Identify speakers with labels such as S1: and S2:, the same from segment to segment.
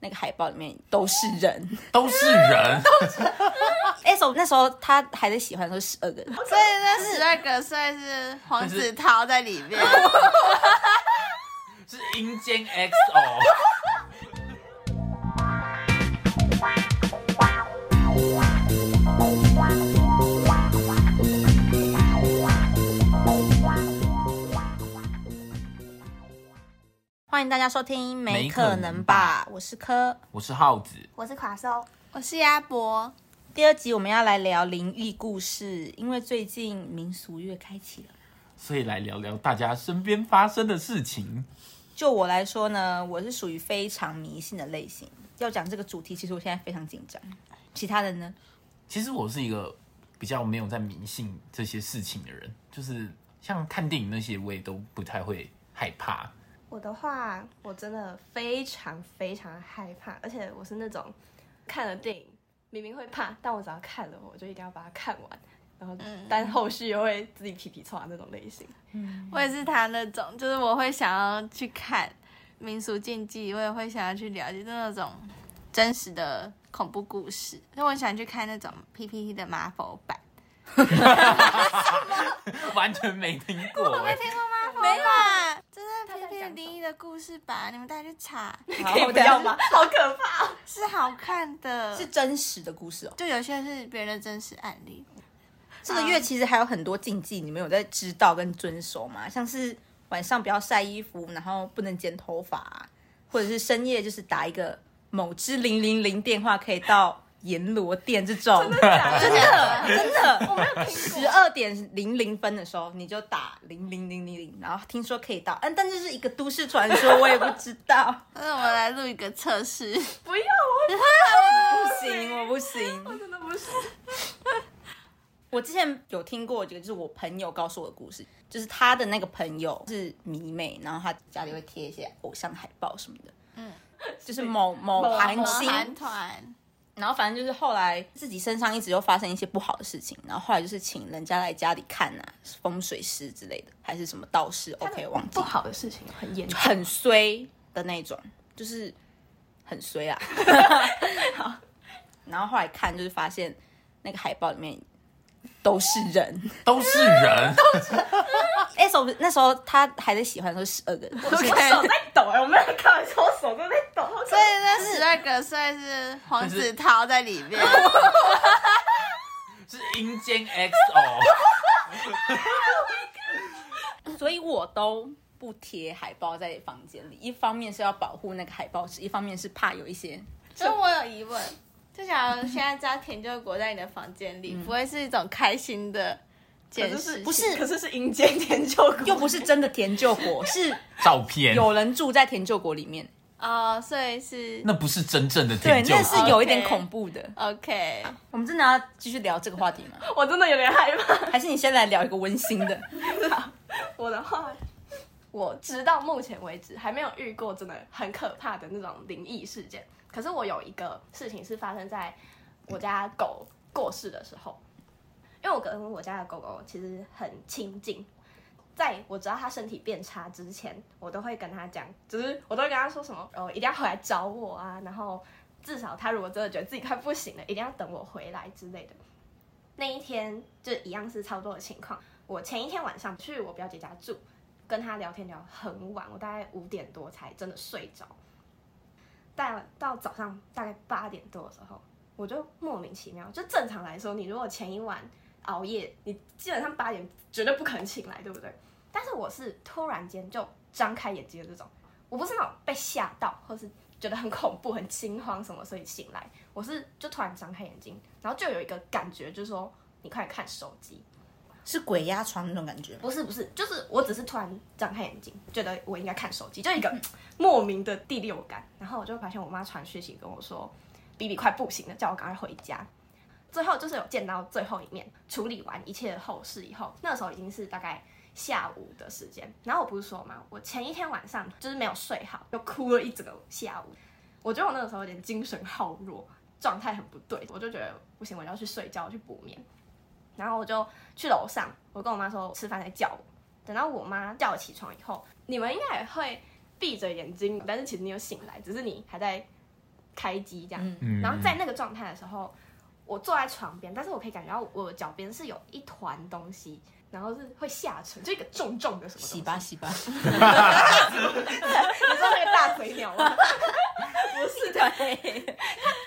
S1: 那个海报里面都是人。
S2: 都是人，
S1: 那时候哎那时候他还在喜欢的时候十二个人，
S3: 所以那十二个算是黄子韬在里面。
S2: 是阴间 XO。
S1: 欢迎大家收听《没
S2: 没
S1: 可
S2: 可
S1: 能
S2: 能
S1: 吧
S2: 吧》，
S1: 我是柯。
S2: 我是耗子，
S4: 我是垮收，
S3: 我是鸭脖，
S1: 第二集我们要来聊灵异故事，因为最近民俗月开启了。
S2: 所以来聊聊大家身边发生的事情。
S1: 就我来说呢，我是属于非常迷信的类型。要讲这个主题，其实我现在非常紧张。其他人呢？
S2: 其实我是一个比较没有在迷信这些事情的人，就是像看电影那些，我也都不太会害怕。
S4: 我的话，我真的非常非常害怕，而且我是那种看了电影明明会怕，但我只要看了，我就一定要把它看完，然后但后续又会自己皮皮错那种类 型。
S3: 我也是他那种，就是我会想要去看民俗禁忌，我也会想要去了解那种真实的恐怖故事，所以我想去看那种 PPT 的马佛版。
S2: 完全没听过、 欸，
S3: 听过吗？没有啊，这是 PPT 灵异的故事吧？你们大家去查，
S1: 好
S4: 可以不要吗？？好可怕、哦！
S3: 是好看
S1: 我等
S3: 的。
S1: 一下是真实的故事哦。
S3: 就有些是别人的真实案例，
S1: 这个月其实还有很多禁忌，你们有在知道跟遵守吗？像是晚上不要晒衣服，然后不能剪头发、或者是深夜就是打一个某支零零零电话可以到阎罗殿这种，
S4: 真的，
S1: 真 的。哦
S4: 我没有听
S1: 十
S4: 过。
S1: 二点零零分的时候，你就打零零零零零，然后听说可以到，嗯，但这是一个都市传说，我也不知道，
S3: 但是我来录一个测 试。
S4: 不要，我
S1: 不行，我不行。
S4: 真的不是。
S1: 我之前有听过这个，就是我朋友告诉我的故事，就是他的那个朋友是迷妹，然后他家里会贴一些偶像海报什么的，嗯， 就是某某
S4: 某
S1: 韩
S4: 明
S1: 星，
S3: 韩团，
S1: 然后反正就是后来自己身上一直又发生一些不好的事情，然后后来就是请人家来家里看啊，风水师之类的，还是什么道士，OK，忘记
S4: 不好的事情很严重，
S1: 很衰的那种，就是很衰 啊。好，然后后来看就是发现那个海报里面都是人。
S2: 都是人，
S1: 那时候那时候他还在喜欢的时候十二个人，
S4: 手在抖哎、我没有开玩笑，我手都在抖。
S3: 所以那十二个算是黄子韬在里 面。
S2: 是阴间 XO。
S1: 所以我都不贴海报在房间里。一方面是要保护那个海报纸，一方面是怕有一些
S3: 所以我有疑问，就假如现在知道田就国在你的房间里，不会是一种开心的件事情？
S1: 不是
S4: 可是是阴间天救国，
S1: 又不是真的田救国，是
S2: 照片
S1: 有人住在田救国里 面，
S3: 哦，所以是
S2: 那不是真正的啊
S1: 对
S2: 天，救
S1: 那
S2: 国，
S1: 是有一点
S3: OK
S1: 恐怖的。
S3: OK。
S1: 我们真的要继续聊这个话题吗？
S4: 我真的有点害怕。
S1: 还是你先来聊一个温馨的？
S4: 我的话， 我直到目前为止还没有遇过真的很可怕的那种灵异事件。可是我有一个事情是发生在我家狗过世的时候，因为我跟我家的狗狗其实很亲近。在我知道它身体变差之前，我都会跟它讲，就是我都会跟它说什么，呃，一定要回来找我啊，然后至少它如果真的觉得自己快不行了，一定要等我回来之类的。那一天就一样是差不多的情况，我前一天晚上去我表姐家住，跟她聊天聊很晚，我大概五点多才真的睡着。到到早上大概八点多的时候，我就莫名其妙。就正常来说，你如果前一晚熬夜，你基本上八点绝对不可能醒来，对不对？但是我是突然间就张开眼睛的这种，我不是那种被吓到或是觉得很恐怖、很惊慌什么，所以醒来，我是就突然张开眼睛，然后就有一个感觉，就是说你快点看手机，
S1: 是鬼压床那种感觉吗？
S4: 不是不是，就是我只是突然张开眼睛，觉得我应该看手机，就一 个嗯莫名的第六感。然后我就发现我妈传讯息跟我说，比比快不行了，叫我赶快回家。最后就是有见到最后一面，处理完一切的后事以后，那时候已经是大概下午的时间。然后我不是说嘛，我前一天晚上就是没有睡好，就哭了一整个下午。我觉得我那个时候有点精神耗弱，状态很不对，我就觉得不行，我要去睡觉，去补眠。然后我就去楼上，我跟我妈说吃饭再叫我。等到我妈叫我起床以后，你们应该也会闭着眼睛，但是其实你有醒来，只是你还在开机这样。
S1: 嗯
S2: 嗯
S4: 然后在那个状态的时候，我坐在床边，但是我可以感觉到我脚边是有一团东西，然后是会下沉，就一个重重的什么东西。
S1: 洗吧洗吧，
S4: 你知道那个大嘴鸟吗？
S1: 不是对，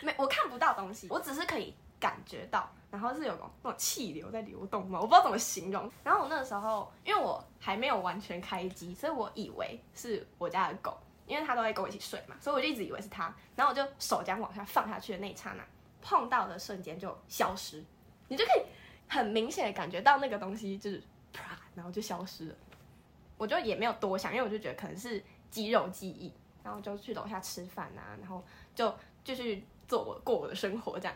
S4: 没，我看不到东西，我只是可以感觉到，然后是有种那种气流在流动嘛，我不知道怎么形容。然后我那个时候，因为我还没有完全开机，所以我以为是我家的狗，因为它都会跟我一起睡嘛，所以我就一直以为是它。然后我就手这样往下放下去的那一刹那，碰到的瞬间就消失，你就可以很明显的感觉到那个东西就是啪，然后就消失了。我就也没有多想，因为我就觉得可能是肌肉记忆，然后就去楼下吃饭啊，然后就继续做我过我的生活这样。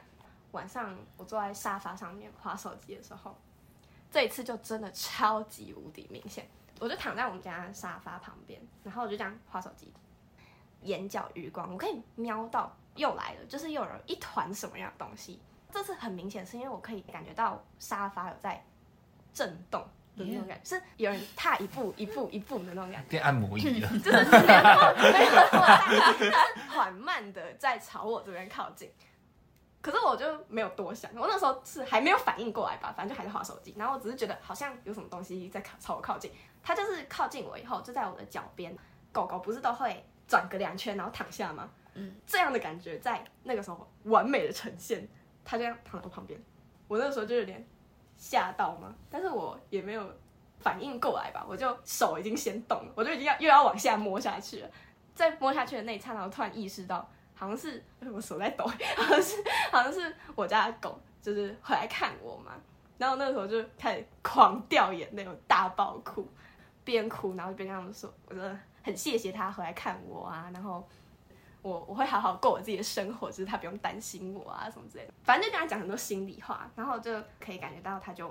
S4: 晚上我坐在沙发上面划手机的时候，这一次就真的超级无敌明显。我就躺在我们家沙发旁边，然后我就这样划手机，眼角余光我可以瞄到又来了，就是又有一团什么样的东西。这次很明显是因为我可以感觉到沙发有在震动的那种感觉，是有人踏一步一步一步的那种感觉。
S2: 变按摩椅
S1: 嗯
S2: 了，
S4: 就是没有没有那么大，就是缓慢的在朝我这边靠近。可是我就没有多想，我那时候是还没有反应过来吧，反正就还在划手机。然后我只是觉得好像有什么东西在靠朝我靠近，它就是靠近我以后就在我的脚边。狗狗不是都会转个两圈然后躺下吗？嗯，这样的感觉在那个时候完美的呈现。它就这样躺在我旁边，我那个时候就有点吓到嘛，但是我也没有反应过来吧，我就手已经先动了，我就已经要又要往下摸下去了。在摸下去的那一刹那，我突然意识到，好像是哎我手在抖， 好像是好像是我家的狗就是回来看我嘛。然后那个时候就开始狂掉眼泪，我大爆哭，边哭然后边跟他们说，我真的很谢谢他回来看我啊，然后。我我会好好过我自己的生活，就是他不用担心我啊什么之类的，反正就跟他讲很多心里话，然后就可以感觉到他就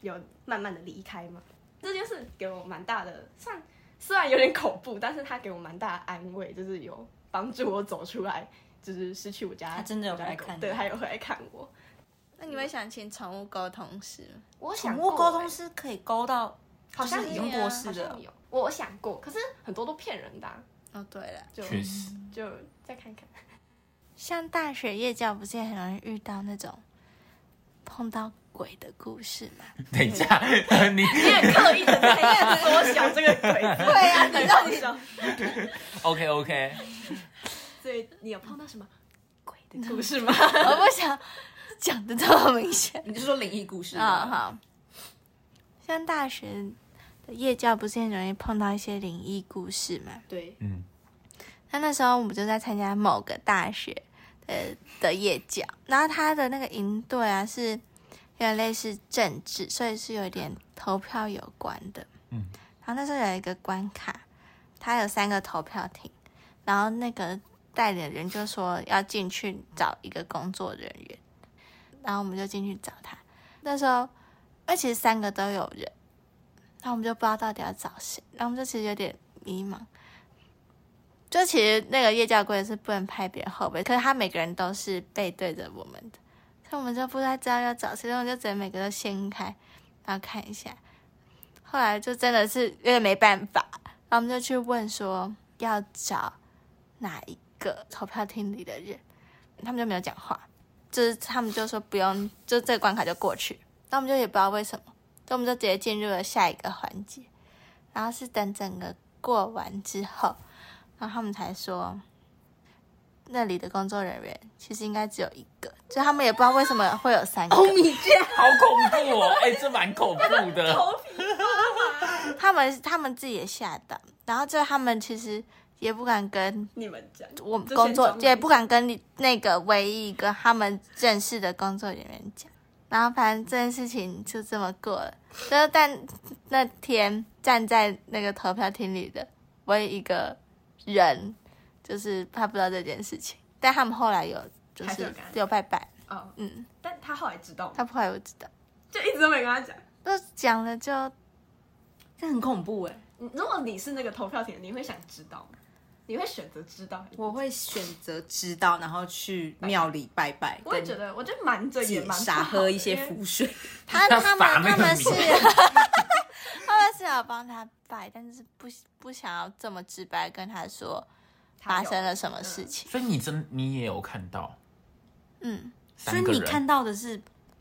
S4: 有慢慢的离开嘛。这件事给我蛮大的，算虽然有点恐怖，但是他给我蛮大的安慰，就是有帮助我走出来，就是失去我家，
S1: 他真的有
S4: 我家
S1: 回来
S4: 狗
S1: 看你
S4: 对，他有回来看我。
S3: 那你会想请宠物沟通师吗？
S4: 我想
S1: 宠
S4: 过
S1: 物沟
S4: 欸
S1: 通是可以勾到，
S4: 好像
S1: 就是
S4: 有
S1: 英国式
S4: 好
S1: 的
S4: 像，有，我想过，可是很多都骗人的啊、
S3: 哦，对了，
S4: 就
S2: 确实，
S4: 就再看 看。
S3: 像大学夜教不是也很容易遇到那种碰到鬼的故事吗？
S1: 嗯
S2: 等一下， 你
S4: 你很刻意的在缩小这个鬼子，对啊
S1: 呀你让
S4: 你小。
S2: OK OK，
S4: 所以你有碰到什么鬼的故事吗？
S3: 我不想讲的这么明 显。
S1: 你就说灵异故事
S3: 啊、好，像大学的夜教不是很容易碰到一些灵异故事嘛？
S4: 对，
S2: 嗯，
S3: 那那时候我们就在参加某个大学的的夜教，然后他的那个营队啊是有点类似政治，所以是有点投票有关的。
S2: 嗯，
S3: 然后那时候有一个关卡，它有三个投票亭，然后那个带领人就说要进去找一个工作人员，然后我们就进去找他。那时候，而其实三个都有人，那我们就不知道到底要找谁，那我们就其实有点迷茫。就其实那个夜教规是不能拍别人后背，可是他每个人都啊是背对着我们的，所以我们就不太啊知道要找谁，所以我们就只能每个都掀开，然后看一下。后来就真的是有点没办法，然后我们就去问说要找哪一个投票厅里的人，他们就没有讲话，就是他们就说不用，就这个关卡就过去。那我们就也不知道为什么，所以我们就直接进入了下一个环节，然后是等整个过完之后。然后他们才说，那里的工作人员其实应该只有一个，就他们也不知道为什么会有三个。
S2: 好恐怖哦，哎、这蛮恐怖的，
S3: 他们他们自己也吓到，然后就他们其实也不敢跟
S4: 你们讲，
S3: 我
S4: 就先
S3: 工作
S4: 装，没
S3: 也不敢跟你那个唯一一个他们正式的工作人员讲。然后反正这件事情就这么过了。就是但那天站在那个投票厅里的唯一一个人，就是他不知道这件事情，但他们后来有就
S4: 还是有
S3: 是
S4: 跟他讲
S3: 有拜拜，
S4: 哦，
S3: 嗯，
S4: 但他后来知道吗，
S3: 他不会我知道，
S4: 就一直都没跟他讲。
S3: 都讲了就
S1: 这很恐怖哎，
S4: 你嗯如果你是那个投票点，你会想知道吗？你会选择知道还是不？
S1: 我会选择知道，然后去庙里拜拜，
S4: 我也觉得，我觉得瞒着也
S1: 解
S4: 蛮不
S1: 傻
S4: 好的
S1: 喝一些
S4: 因为
S1: 符水，
S3: 他
S2: 要
S3: 他们
S2: 撒那
S3: 他
S2: 个
S3: 们
S2: 米
S3: 是， 他们是要帮他拜，但是不不想要这么直白地跟他说，
S4: 他
S3: 发
S4: 有
S3: 生了什么
S4: 嗯
S3: 事情。
S2: 所以你真你也有看到
S3: 嗯，
S1: 所以
S2: 三个
S1: 你
S2: 人，
S1: 看到的是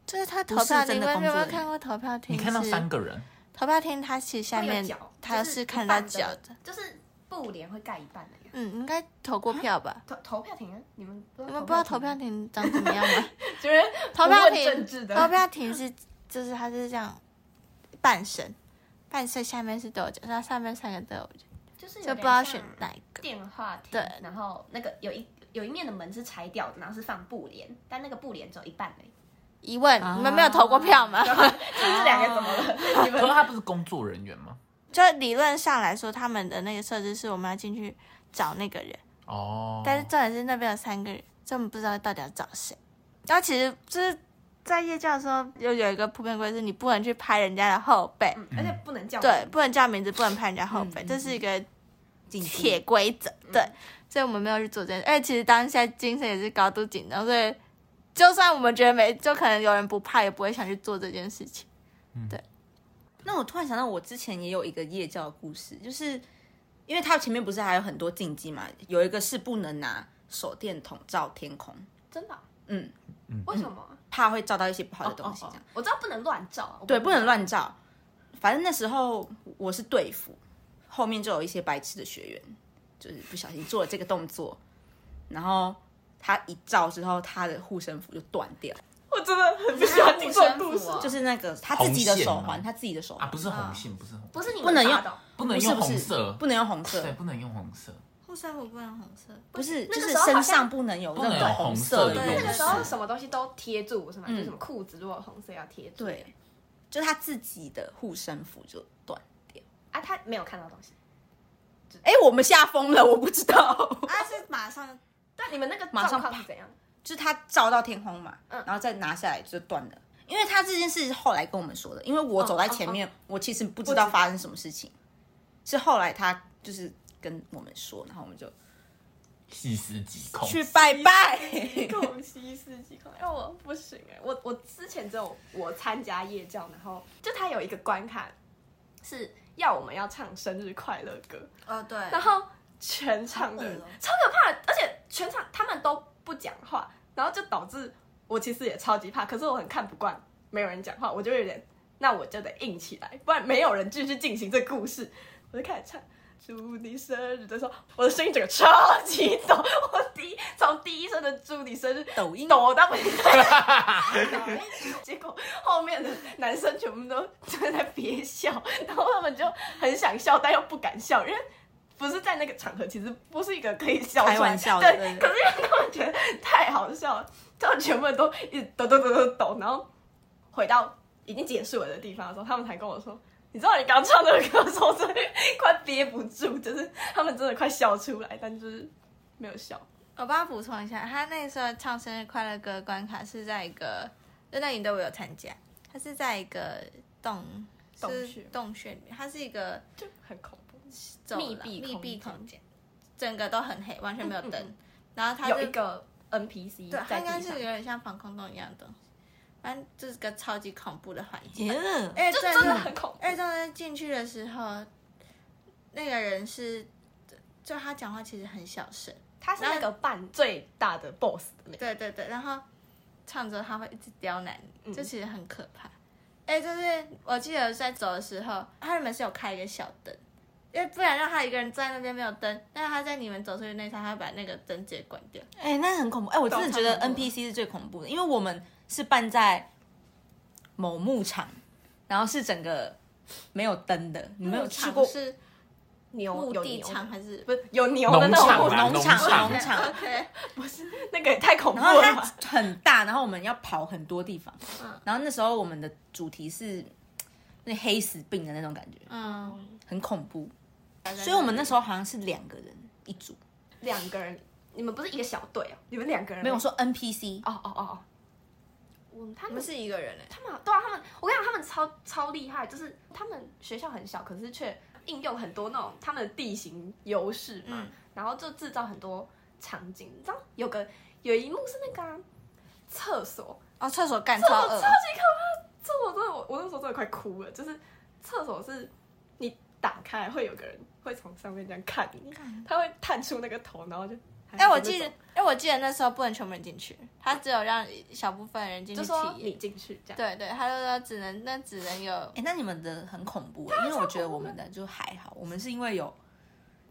S3: 就是他投
S1: 不是
S3: 票
S1: 真
S3: 厅，
S1: 的
S3: 你们
S1: 工
S3: 有没
S1: 作
S3: 有
S1: 人员
S3: 看过投票厅？
S2: 你看到
S3: 是
S2: 三个人，
S3: 投票厅，它其实下
S4: 会有
S3: 面
S4: 脚
S3: 它
S4: 就是一
S3: 看到
S4: 半
S3: 脚的。
S4: 就是布帘会盖一半的呀。
S3: 嗯，应该投过票吧？
S4: 投投票亭，啊你们
S3: 你们不知道投票
S4: 亭
S3: 亭长怎么样 吗？
S4: 吗，就是
S3: 投票
S4: 不问政
S3: 亭，
S4: 治的
S3: 投票亭是就是它是这样半身，半身下面是都有脚，然后上面三个都有脚，
S4: 就是有
S3: 就
S4: 点
S3: 不知道选
S4: 像
S3: 哪一个。
S4: 电话亭，
S3: 对
S4: 然后那个有一有一面的门是拆掉的，然后是放布帘，但那个布帘只有一半而已。
S3: 疑问，
S2: 啊
S3: 你们没有投过票吗？
S4: 这是两个怎么了？你
S2: 可是
S4: 们
S2: 他不是工作人员吗？
S3: 就理论上来说，他们的那个设置是我们要进去找那个人，
S2: 哦，
S3: 但是重点是那边有三个人，所以我们不知道到底要找谁。然后其实就是在夜教的时候，又有一个普遍规则，你不能去拍人家的后背，
S4: 嗯，而且不能叫
S3: 对，不能叫名字，不能拍人家后背，
S1: 嗯嗯
S3: 这是一个
S1: 禁
S3: 铁
S1: 忌，
S3: 规则。对，所以我们没有去做这件事。而且其实当下精神也是高度紧张，所以就算我们觉得没，就可能有人不怕，也不会想去做这件事情。
S1: 那我突然想到，我之前也有一个夜教的故事，就是因为它前面不是还有很多禁忌嘛，有一个是不能拿手电筒照天空，
S4: 真的啊，
S1: 嗯，
S4: 为什么啊？
S1: 怕会照到一些不好的东西，
S4: 哦
S1: 这样、
S4: 哦哦我知道不能乱照啊，我
S1: 对，不能。乱照。反正那时候我是队服，后面就有一些白痴的学员，就是不小心做了这个动作，然后他一照之后，他的护身符就断掉，
S4: 我真的很不喜欢听这种
S5: 护
S4: 故事
S5: 身符，哦
S1: 就是那个他自己的手
S2: 红线
S1: 环，
S2: 吗
S1: 他自己的手
S2: 啊
S1: 环，
S2: 不是红线，不是红，
S4: 不是你们
S1: 不能用
S4: 发的哦，
S2: 不能
S1: 不是
S2: 用
S1: 不
S2: 红
S1: 是
S2: 色，
S1: 不能用红
S2: 对，
S1: 色，
S2: 不能用红色，
S3: 护身符不能红色，
S1: 不是，
S4: 那
S1: 就
S4: 个
S1: 是
S4: 时候好
S1: 身
S4: 像
S1: 上不能有
S2: 不能
S1: 任
S2: 有
S1: 何
S2: 红
S1: 色
S2: 色的
S1: 东
S4: 那
S1: 西
S4: 个
S3: 东
S4: 时
S3: 西
S4: 候什么东西都贴住是吗？
S1: 嗯
S4: 就什么裤子如果有红色要贴住，
S1: 对，就是他自己的护身符就断掉。
S4: 啊，他没有看到东西。
S1: 哎，我们吓疯了，我不知道。
S3: 啊，是马上
S4: 但你们那个
S1: 马上
S4: 状况是怎样？
S1: 就是他照到天空嘛，
S4: 嗯
S1: 然后再拿下来就断了。因为他这件事是后来跟我们说的，因为我走在前面，我其实不知道发生什么事情，是后来他就是跟我们说，然后我们就
S2: 细思极恐。
S1: 去拜拜。
S4: 空隙四级空，哎，我不行哎、我我之前只有我参加夜教，然后就他有一个关卡是要我们要唱生日快乐歌，
S3: 哦，对，
S4: 然后全场的人
S3: 好恶哦
S4: 超可怕的，而且全场他们都不讲话，然后就导致我其实也超级怕，可是我很看不惯没有人讲话，我就有点，那我就得硬起来，不然没有人继续进行这故事，我就开始唱。祝你生日的时候，我的声音整个超级抖，我第一从第一声的祝你生日
S1: 抖音
S4: 抖到不行，结果后面的男生全部都正在憋笑，然后他们就很想笑，但又不敢笑，因为不是在那个场合，其实不是一个可以笑出来
S1: 开玩笑的
S4: 对。
S1: 对对
S4: 可是因为他们觉得太好笑了，他们全部人都一直抖抖抖抖抖，然后回到已经结束了的地方的时候，他们才跟我说。你知道你刚唱那个歌的时候，真的快憋不住，就是他们真的快笑出来，但就是没有笑。
S3: 我帮他补充一下，他那时候唱生日快乐歌的关卡是在一个，就那营队我有参加，他是在一个洞
S4: 洞
S3: 是
S4: 穴
S3: 洞穴里面，它是一个
S4: 就很恐怖。
S3: 走廊
S4: 密闭
S3: 密闭
S4: 空间
S3: 空间，整个都很黑，完全没有灯，
S4: 嗯嗯
S3: 然后他
S4: 有
S3: 就
S4: 一个 NPC
S3: 对，它
S4: 在
S3: 应该
S4: 地
S3: 是
S4: 上
S3: 有，点像防空洞一样的东西，反正就是个超级恐怖的环境。
S1: 耶
S3: 哎、
S4: 就
S3: 对
S4: 真的
S3: 就
S4: 很恐怖
S3: 而且。当时进去的时候，那个人是，就他讲话其实很小声，
S4: 他是那个扮最大的 boss 的那个，
S3: 对对对，然后唱着他会一直刁难
S4: 嗯
S3: 你，这其实很可怕。哎、就是我记得在走的时候，他们是有开一个小灯，因为不然让他一个人站在那边没有灯，但是他在你们走出去那一刹，他把那个灯直接关掉。
S1: 哎、那很恐怖。哎、我真的觉得
S4: 超恐怖
S1: NPC 是最恐怖的，因为我们是办在某牧场，然后是整个没有灯的，你没有去过
S3: 是
S4: 牛
S3: 墓
S4: 有
S3: 地
S4: 牛的
S3: 场还是
S4: 不是有牛的
S2: 农
S4: 那种
S2: 场，啊
S1: 农场
S2: 农场
S1: 农场
S3: OK，
S4: 那个也太恐怖
S1: 然后
S4: 了
S1: 它
S4: 吧。
S1: 很大，然后我们要跑很多地方。
S3: 嗯
S1: 然后那时候我们的主题是那黑死病的那种感觉，
S3: 嗯，
S1: 很恐怖。所以我们那时候好像是两个人一组，
S4: 两个人，你们不是一个小队啊？你们两个人
S1: 没有我说 NPC，
S4: 哦哦哦哦，我们他
S3: 我
S4: 们
S3: 们是一个人哎、
S4: 他们对啊，他们我跟你讲，他们超超厉害，就是他们学校很小，可是却应用很多那种他们的地形优势嘛，
S3: 嗯
S4: 然后就制造很多场景。你知道有个有一幕是那个啊、厕所，
S3: 哦，厕所干
S4: 厕所
S3: 超
S4: 超级可
S3: 恶，
S4: 怕，厕所真的我我那时候真的快哭了，就是厕所是你打开，会有个人会从上面这样看你，他会探出那个头，然后就。
S3: 哎，我记得，哎，我记得那时候不能全部人进去，他只有让一小部分人进去体
S4: 就说你
S3: 验。
S4: 进去这样。
S3: 对对，他就说只能那只能有
S1: 哎、那你们的很恐 怖欸、因为我觉得我们的就还好，我们是因为有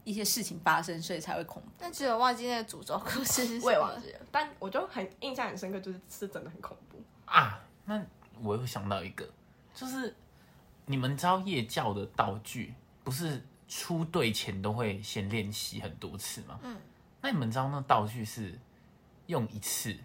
S1: 一些事情发生，所以才会恐怖。
S3: 那只有忘记那个诅咒故事是什
S4: 我也忘
S3: 么。
S4: 记了，但我就很印象很深刻，就是是真的很恐怖。
S2: 啊，那我又想到一个，就是你们知道夜教的道具不是出队前都会先练习很多次吗？
S3: 嗯，
S2: 那你们知道那道具是用一次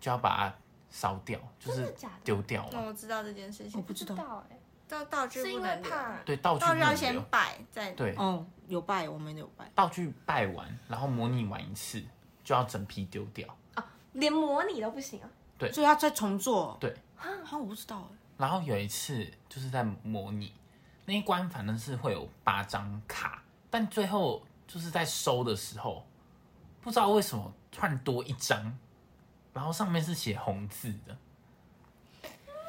S2: 就要把它烧掉，就是
S4: 假的哦
S2: 丢掉
S3: 那
S2: 吗？
S3: 我知道这件事
S1: 我
S3: 情，
S1: 不知道
S4: 道哎、
S3: 道道具
S4: 是
S3: 不
S4: 因为
S3: 能留，
S4: 怕
S2: 对，道具
S4: 哦
S3: 道具要
S2: 不能
S3: 先
S2: 留
S3: 摆再。
S2: 对，
S1: 哦，有拜，我们有拜。
S2: 道具拜完，然后模拟完一次就要整批丢掉。
S4: 连模拟都不行啊，
S1: 所以要再重做。
S2: 对
S1: 啊，我不知道哎、
S2: 然后有一次就是在模拟那一关，反正是会有八张卡，但最后就是在收的时候，不知道为什么突然多一张，然后上面是写红字的，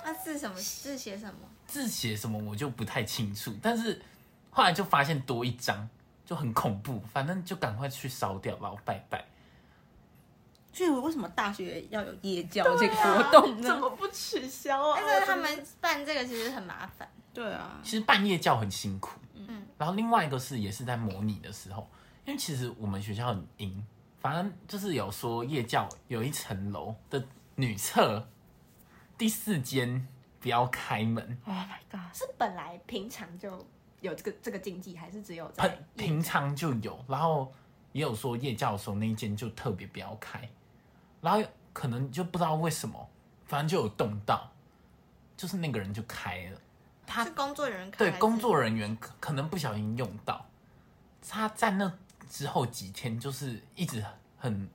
S3: 那是什么？是写什么？
S2: 字写什么我就不太清楚，但是后来就发现多一张就很恐怖，反正就赶快去烧掉吧，我拜拜。
S1: 所以为什么大学要有夜教这个活动
S4: 怎
S1: 呢？
S4: 么不取消啊？
S3: 但是他们办这个其实很麻烦。
S1: 对啊，
S2: 其实半夜教很辛苦，嗯，然后另外一个是也是在模拟的时候，因为其实我们学校很阴，反正就是有说夜教有一层楼的女厕第四间不要开门，
S1: Oh my god！
S4: 是本来平常就有这个这个禁忌，还是只有在
S2: 很平常就有，然后也有说夜教的时候那一间就特别不要开，然后可能就不知道为什么，反正就有动到，就是那个人就开了。他
S3: 是工作人员开
S2: 对
S3: 还是
S2: 工作人员可可能不小心用到，他在那之后几天就是一直很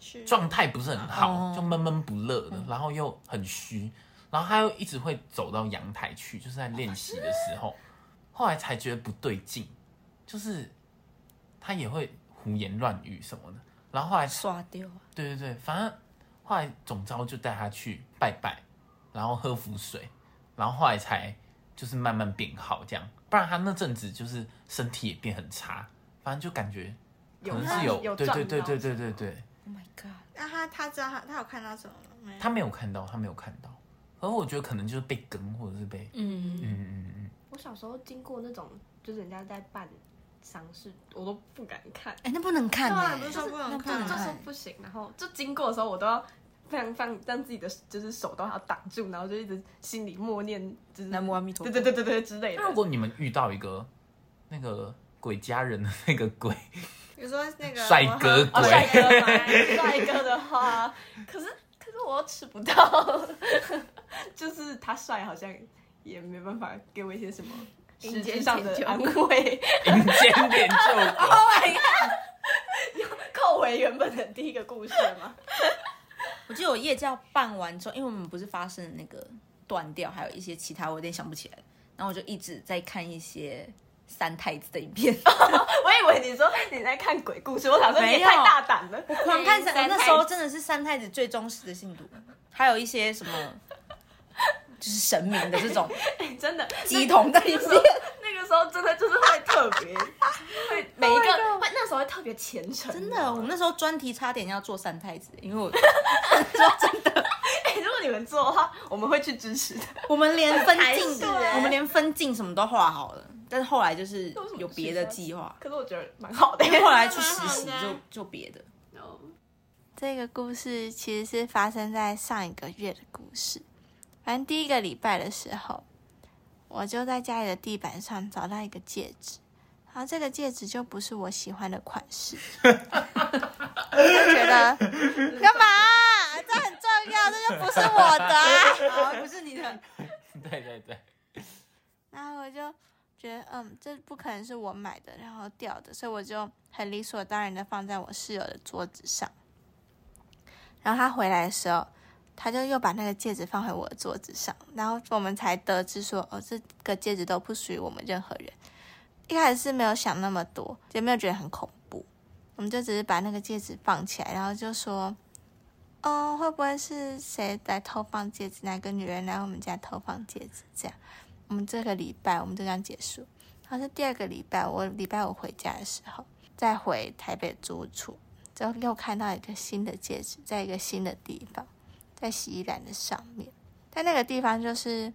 S3: 是
S2: 状态不是很好，
S1: 哦
S2: 就闷闷不乐的，然后又很虚，然后他又一直会走到阳台去，就是在练习的时候，后来才觉得不对劲，就是他也会胡言乱语什么的，然后后来
S1: 刷掉啊！
S2: 对对对，反正后来总招就带他去拜拜，然后喝符水，然后后来才就是慢慢变好这样。不然他那阵子就是身体也变很差，反正就感觉可能是有
S4: 有
S2: 对对对对
S4: 撞到
S2: 对对对，
S1: Oh my god！
S3: 那他他知道他他有看到什么吗？没有。
S2: 他没有看到，他没有看到。而我觉得可能就是被跟或者是被
S1: 嗯，
S2: 嗯嗯嗯嗯，
S4: 我小时候经过那种，就是人家在办丧事，我都不敢看。
S1: 哎、那不能看、
S3: 对
S1: 欸，
S3: 啊不是说不能
S1: 那
S3: 看
S4: 就
S3: 啊
S4: 说不行，然后就经过的时候，我都要非常非常让自己的就是手都要挡住，然后就一直心里默念，就是
S1: 南无阿弥陀佛
S4: 对对对对对之类的
S2: 那。如果你们遇到一个那个鬼家人的那个鬼，
S3: 比如说那个
S2: 帅哥
S3: 我
S4: 哦，
S3: 喝
S2: 鬼
S4: 帅哥嘛，帅哥的话，可是可是我又吃不到， 就是他帅好像也没办法给我一些什么时间上的安慰，
S2: 阴间点救鬼，
S4: 扣回原本的第一个故事嘛。
S1: 我记得我夜教办完之后，因为我们不是发生那个断掉，还有一些其他我有点想不起来，然后我就一直在看一些三太子的影 片，
S4: 我以为你说你在看鬼故事，我想说你
S1: 没
S4: 也
S1: 有
S4: 太大胆了。
S1: 狂看三，
S3: 三太子
S1: 那时候真的是三太子最忠实的信徒，还有一些什么。就是神明的这种
S4: 真的，
S1: 鸡同的影片，
S4: 那个时候真的就是会特别，会每一个会那时候会特别虔诚，
S1: 真 的，我们那时候专题差点要做三太子，因为我
S4: 哎、如果你们做的话，我们会去支持的。
S1: 我们连分
S3: 还
S1: 镜
S3: 是欸，
S1: 我们连分镜什么都画好了，但是后来就是有别的计划，
S4: 可是我觉得蛮好 的，
S1: 因 为后来去实 习
S3: 蛮好的
S1: 就
S3: 啊
S1: 就别的。
S3: 这个故事其实是发生在上一个月的故事。反正第一个礼拜的时候，我就在家里的地板上找到一个戒指，然后这个戒指就不是我喜欢的款式， 我就觉得干嘛啊、这很重要，这就不是我的啊、
S1: 啊，不是你的，
S2: 对对对，
S3: 然后我就觉得，嗯，这不可能是我买的，然后掉的，所以我就很理所当然的放在我室友的桌子上。然后他回来的时候，他就又把那个戒指放回我的桌子上，然后我们才得知说，哦，这个戒指都不属于我们任何人。一开始是没有想那么多，也没有觉得很恐怖，我们就只是把那个戒指放起来，然后就说，哦，会不会是谁来偷放戒指？哪个女人来我们家偷放戒指？这样。我们这个礼拜我们就这样结束。好像第二个礼拜，我礼拜五回家的时候，再回台北租屋处，之后又看到一个新的戒指，在一个新的地方，在洗衣篮的上面。但那个地方就是，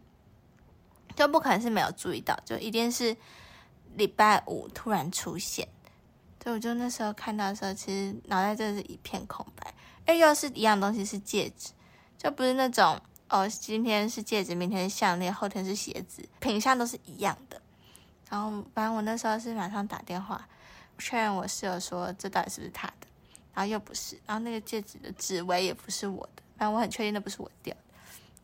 S3: 就不可能是没有注意到，就一定是礼拜五突然出现。所以我就那时候看到的时候，其实脑袋真的是一片空白。哎，又是一样东西是戒指，就不是那种哦，今天是戒指，明天是项链，后天是鞋子，品相都是一样的。然后反正我那时候是马上打电话确认我室友说这到底是不是他的，然后又不是，然后那个戒指的指围也不是我的，反正我很确定那不是我掉的，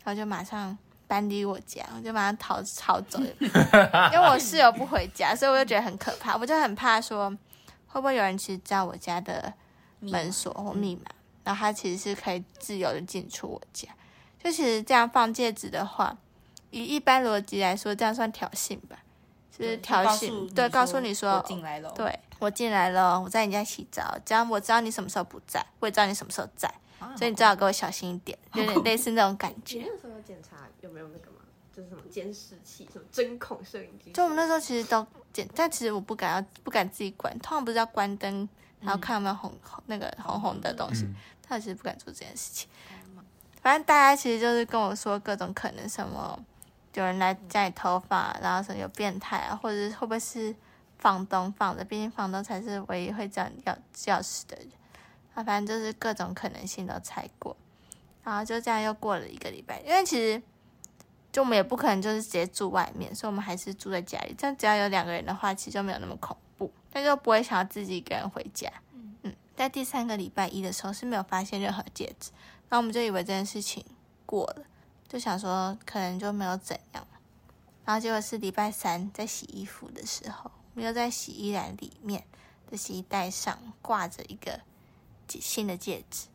S3: 然后就马上搬离我家，我就马上逃逃走， 因为我室友不回家，所以我就觉得很可怕，我就很怕说会不会有人其实知道我家的门锁或密码，嗯然后他其实是可以自由的进出我家，就其实这样放戒指的话，以一般逻辑来说，这样算挑衅吧。就是挑衅，对，告诉你说
S1: 哦我进来了，，
S3: 对，我进来了，我在你家洗澡，这样我知道你什么时候不在，我也知道你什么时候在，
S1: 啊
S3: 所以你最好给我小心一点，有点类似那种感
S4: 你
S3: 觉。
S4: 那时候有检查有没有那个吗？就是什么监视器、什么针孔摄影机？
S3: 就我们那时候其实都简，但其实我不敢要，不敢自己关，通常不是要关灯，然后看有没有红、红那个红红的东西，
S2: 嗯
S3: 但我其实不敢做这件事情。反正大家其实就是跟我说各种可能，什么有人来家里偷发，然后什么有变态啊，或者是会不会是房东放的？毕竟房东才是唯一会叫你要钥匙的人。啊，反正就是各种可能性都猜过，然后就这样又过了一个礼拜。因为其实就我们也不可能就是直接住外面，所以我们还是住在家里。这样只要有两个人的话，其实就没有那么恐怖，但就不会想要自己一个人回家。嗯，在第三个礼拜一的时候是没有发现任何戒指，然后我们就以为这件事情过了，就想说可能就没有怎样。然后结果是礼拜三在洗衣服的时候，我们又在洗衣篮里面的洗衣袋上挂着一个戒新的戒指，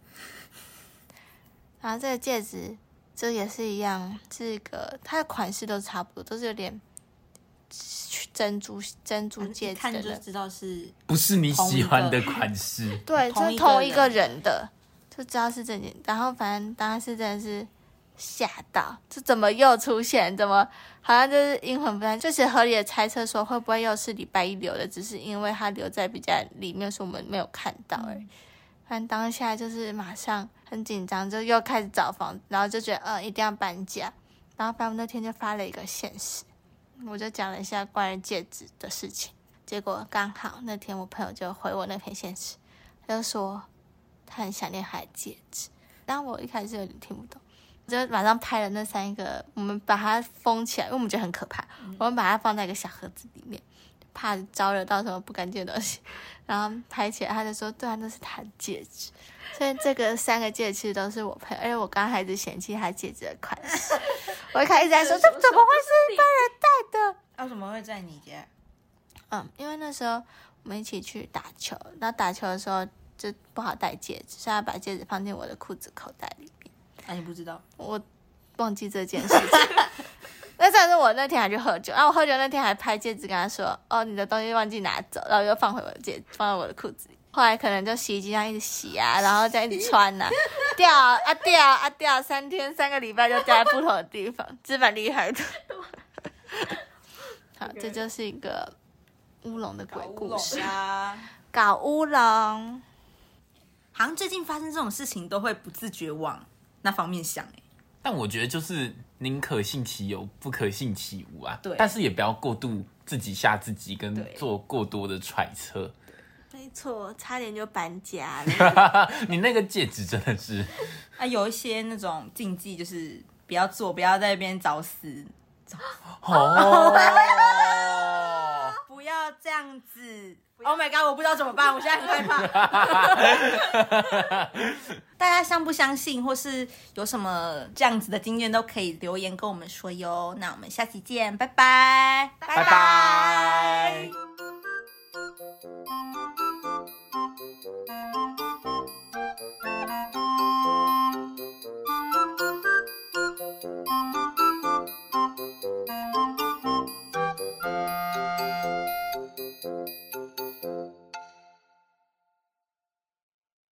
S3: 然后这个戒指这也是一样，这个它的款式都差不多，都是有点珍珠珍珠戒
S1: 啊一
S3: 指
S1: 看
S3: 的
S1: 就
S3: 那
S1: 知道是
S2: 不是你喜欢的款式。
S3: 对，
S1: 同
S3: 就是
S1: 一
S3: 同
S1: 个
S3: 一个
S1: 人
S3: 人的，就知道是这件。然后反正当时真的是吓到，这怎么又出现？怎么好像就是阴魂不散？就是合理的猜测说，会不会又是礼拜一留的？只是因为他留在比较里面，所以我们没有看到而已。
S1: 嗯
S3: 反正当下就是马上很紧张，就又开始找房，然后就觉得嗯一定要搬家。然后反正我那天就发了一个现实，我就讲了一下关于戒指的事情。结果刚好那天我朋友就回我那篇现实，他就说他很想念他的戒指。但我一开始有点听不懂，我就马上拍了那三个，我们把它封起来，因为我们觉得很可怕，我们把它放在一个小盒子里面，怕招惹到什么不干净的东西。 然后拍起来，他就说：“对啊，那是他的戒指。”所以这个三个戒指其实都是我朋友，而且我刚开始戒指他戒指的款式， 我一开始在 说这怎么会
S4: 是
S1: 啊，怎么会在你家？
S3: 嗯，因为那时候我们一起去打球，然后打球的时候就不好戴戒指，所以他把戒指放进我的裤子口袋里面。
S1: 啊，你不知道，
S3: 我忘记这件事情。 那但是我那天还去喝酒，然后我喝酒那天还拍戒指跟他说：“哦，你的东西忘记拿走。”然后又放回我的戒指，放在我的裤子里。后来可能就洗衣机上一直洗啊，然后这样一直穿 呐、掉啊啊掉啊掉，三天三个礼拜就掉在不同的地方，是蛮厉害的。 好，这就是一个乌龙的鬼故事，
S1: 啦。
S3: 搞乌龙。
S1: 好像最近发生这种事情都会不自觉往那方面想、欸，
S2: 但我觉得就是宁可信其有，不可信其无啊。
S1: 对
S2: 但是也不要过度自己吓自己，跟
S1: 对
S2: 做过多的揣测。
S3: 没错，差点就搬家了。
S2: 你那个戒指真 的是，
S1: 啊，有一些那种禁忌就是不要做，不要在那边找死，
S2: 哦，
S1: 不要这样子。Oh my god！我不知道怎么办，我现在很害怕。大家相不相信，或是有什么这样子的经验，都可以留言跟我们说哟。那我们下期见，拜拜，拜
S2: 拜拜。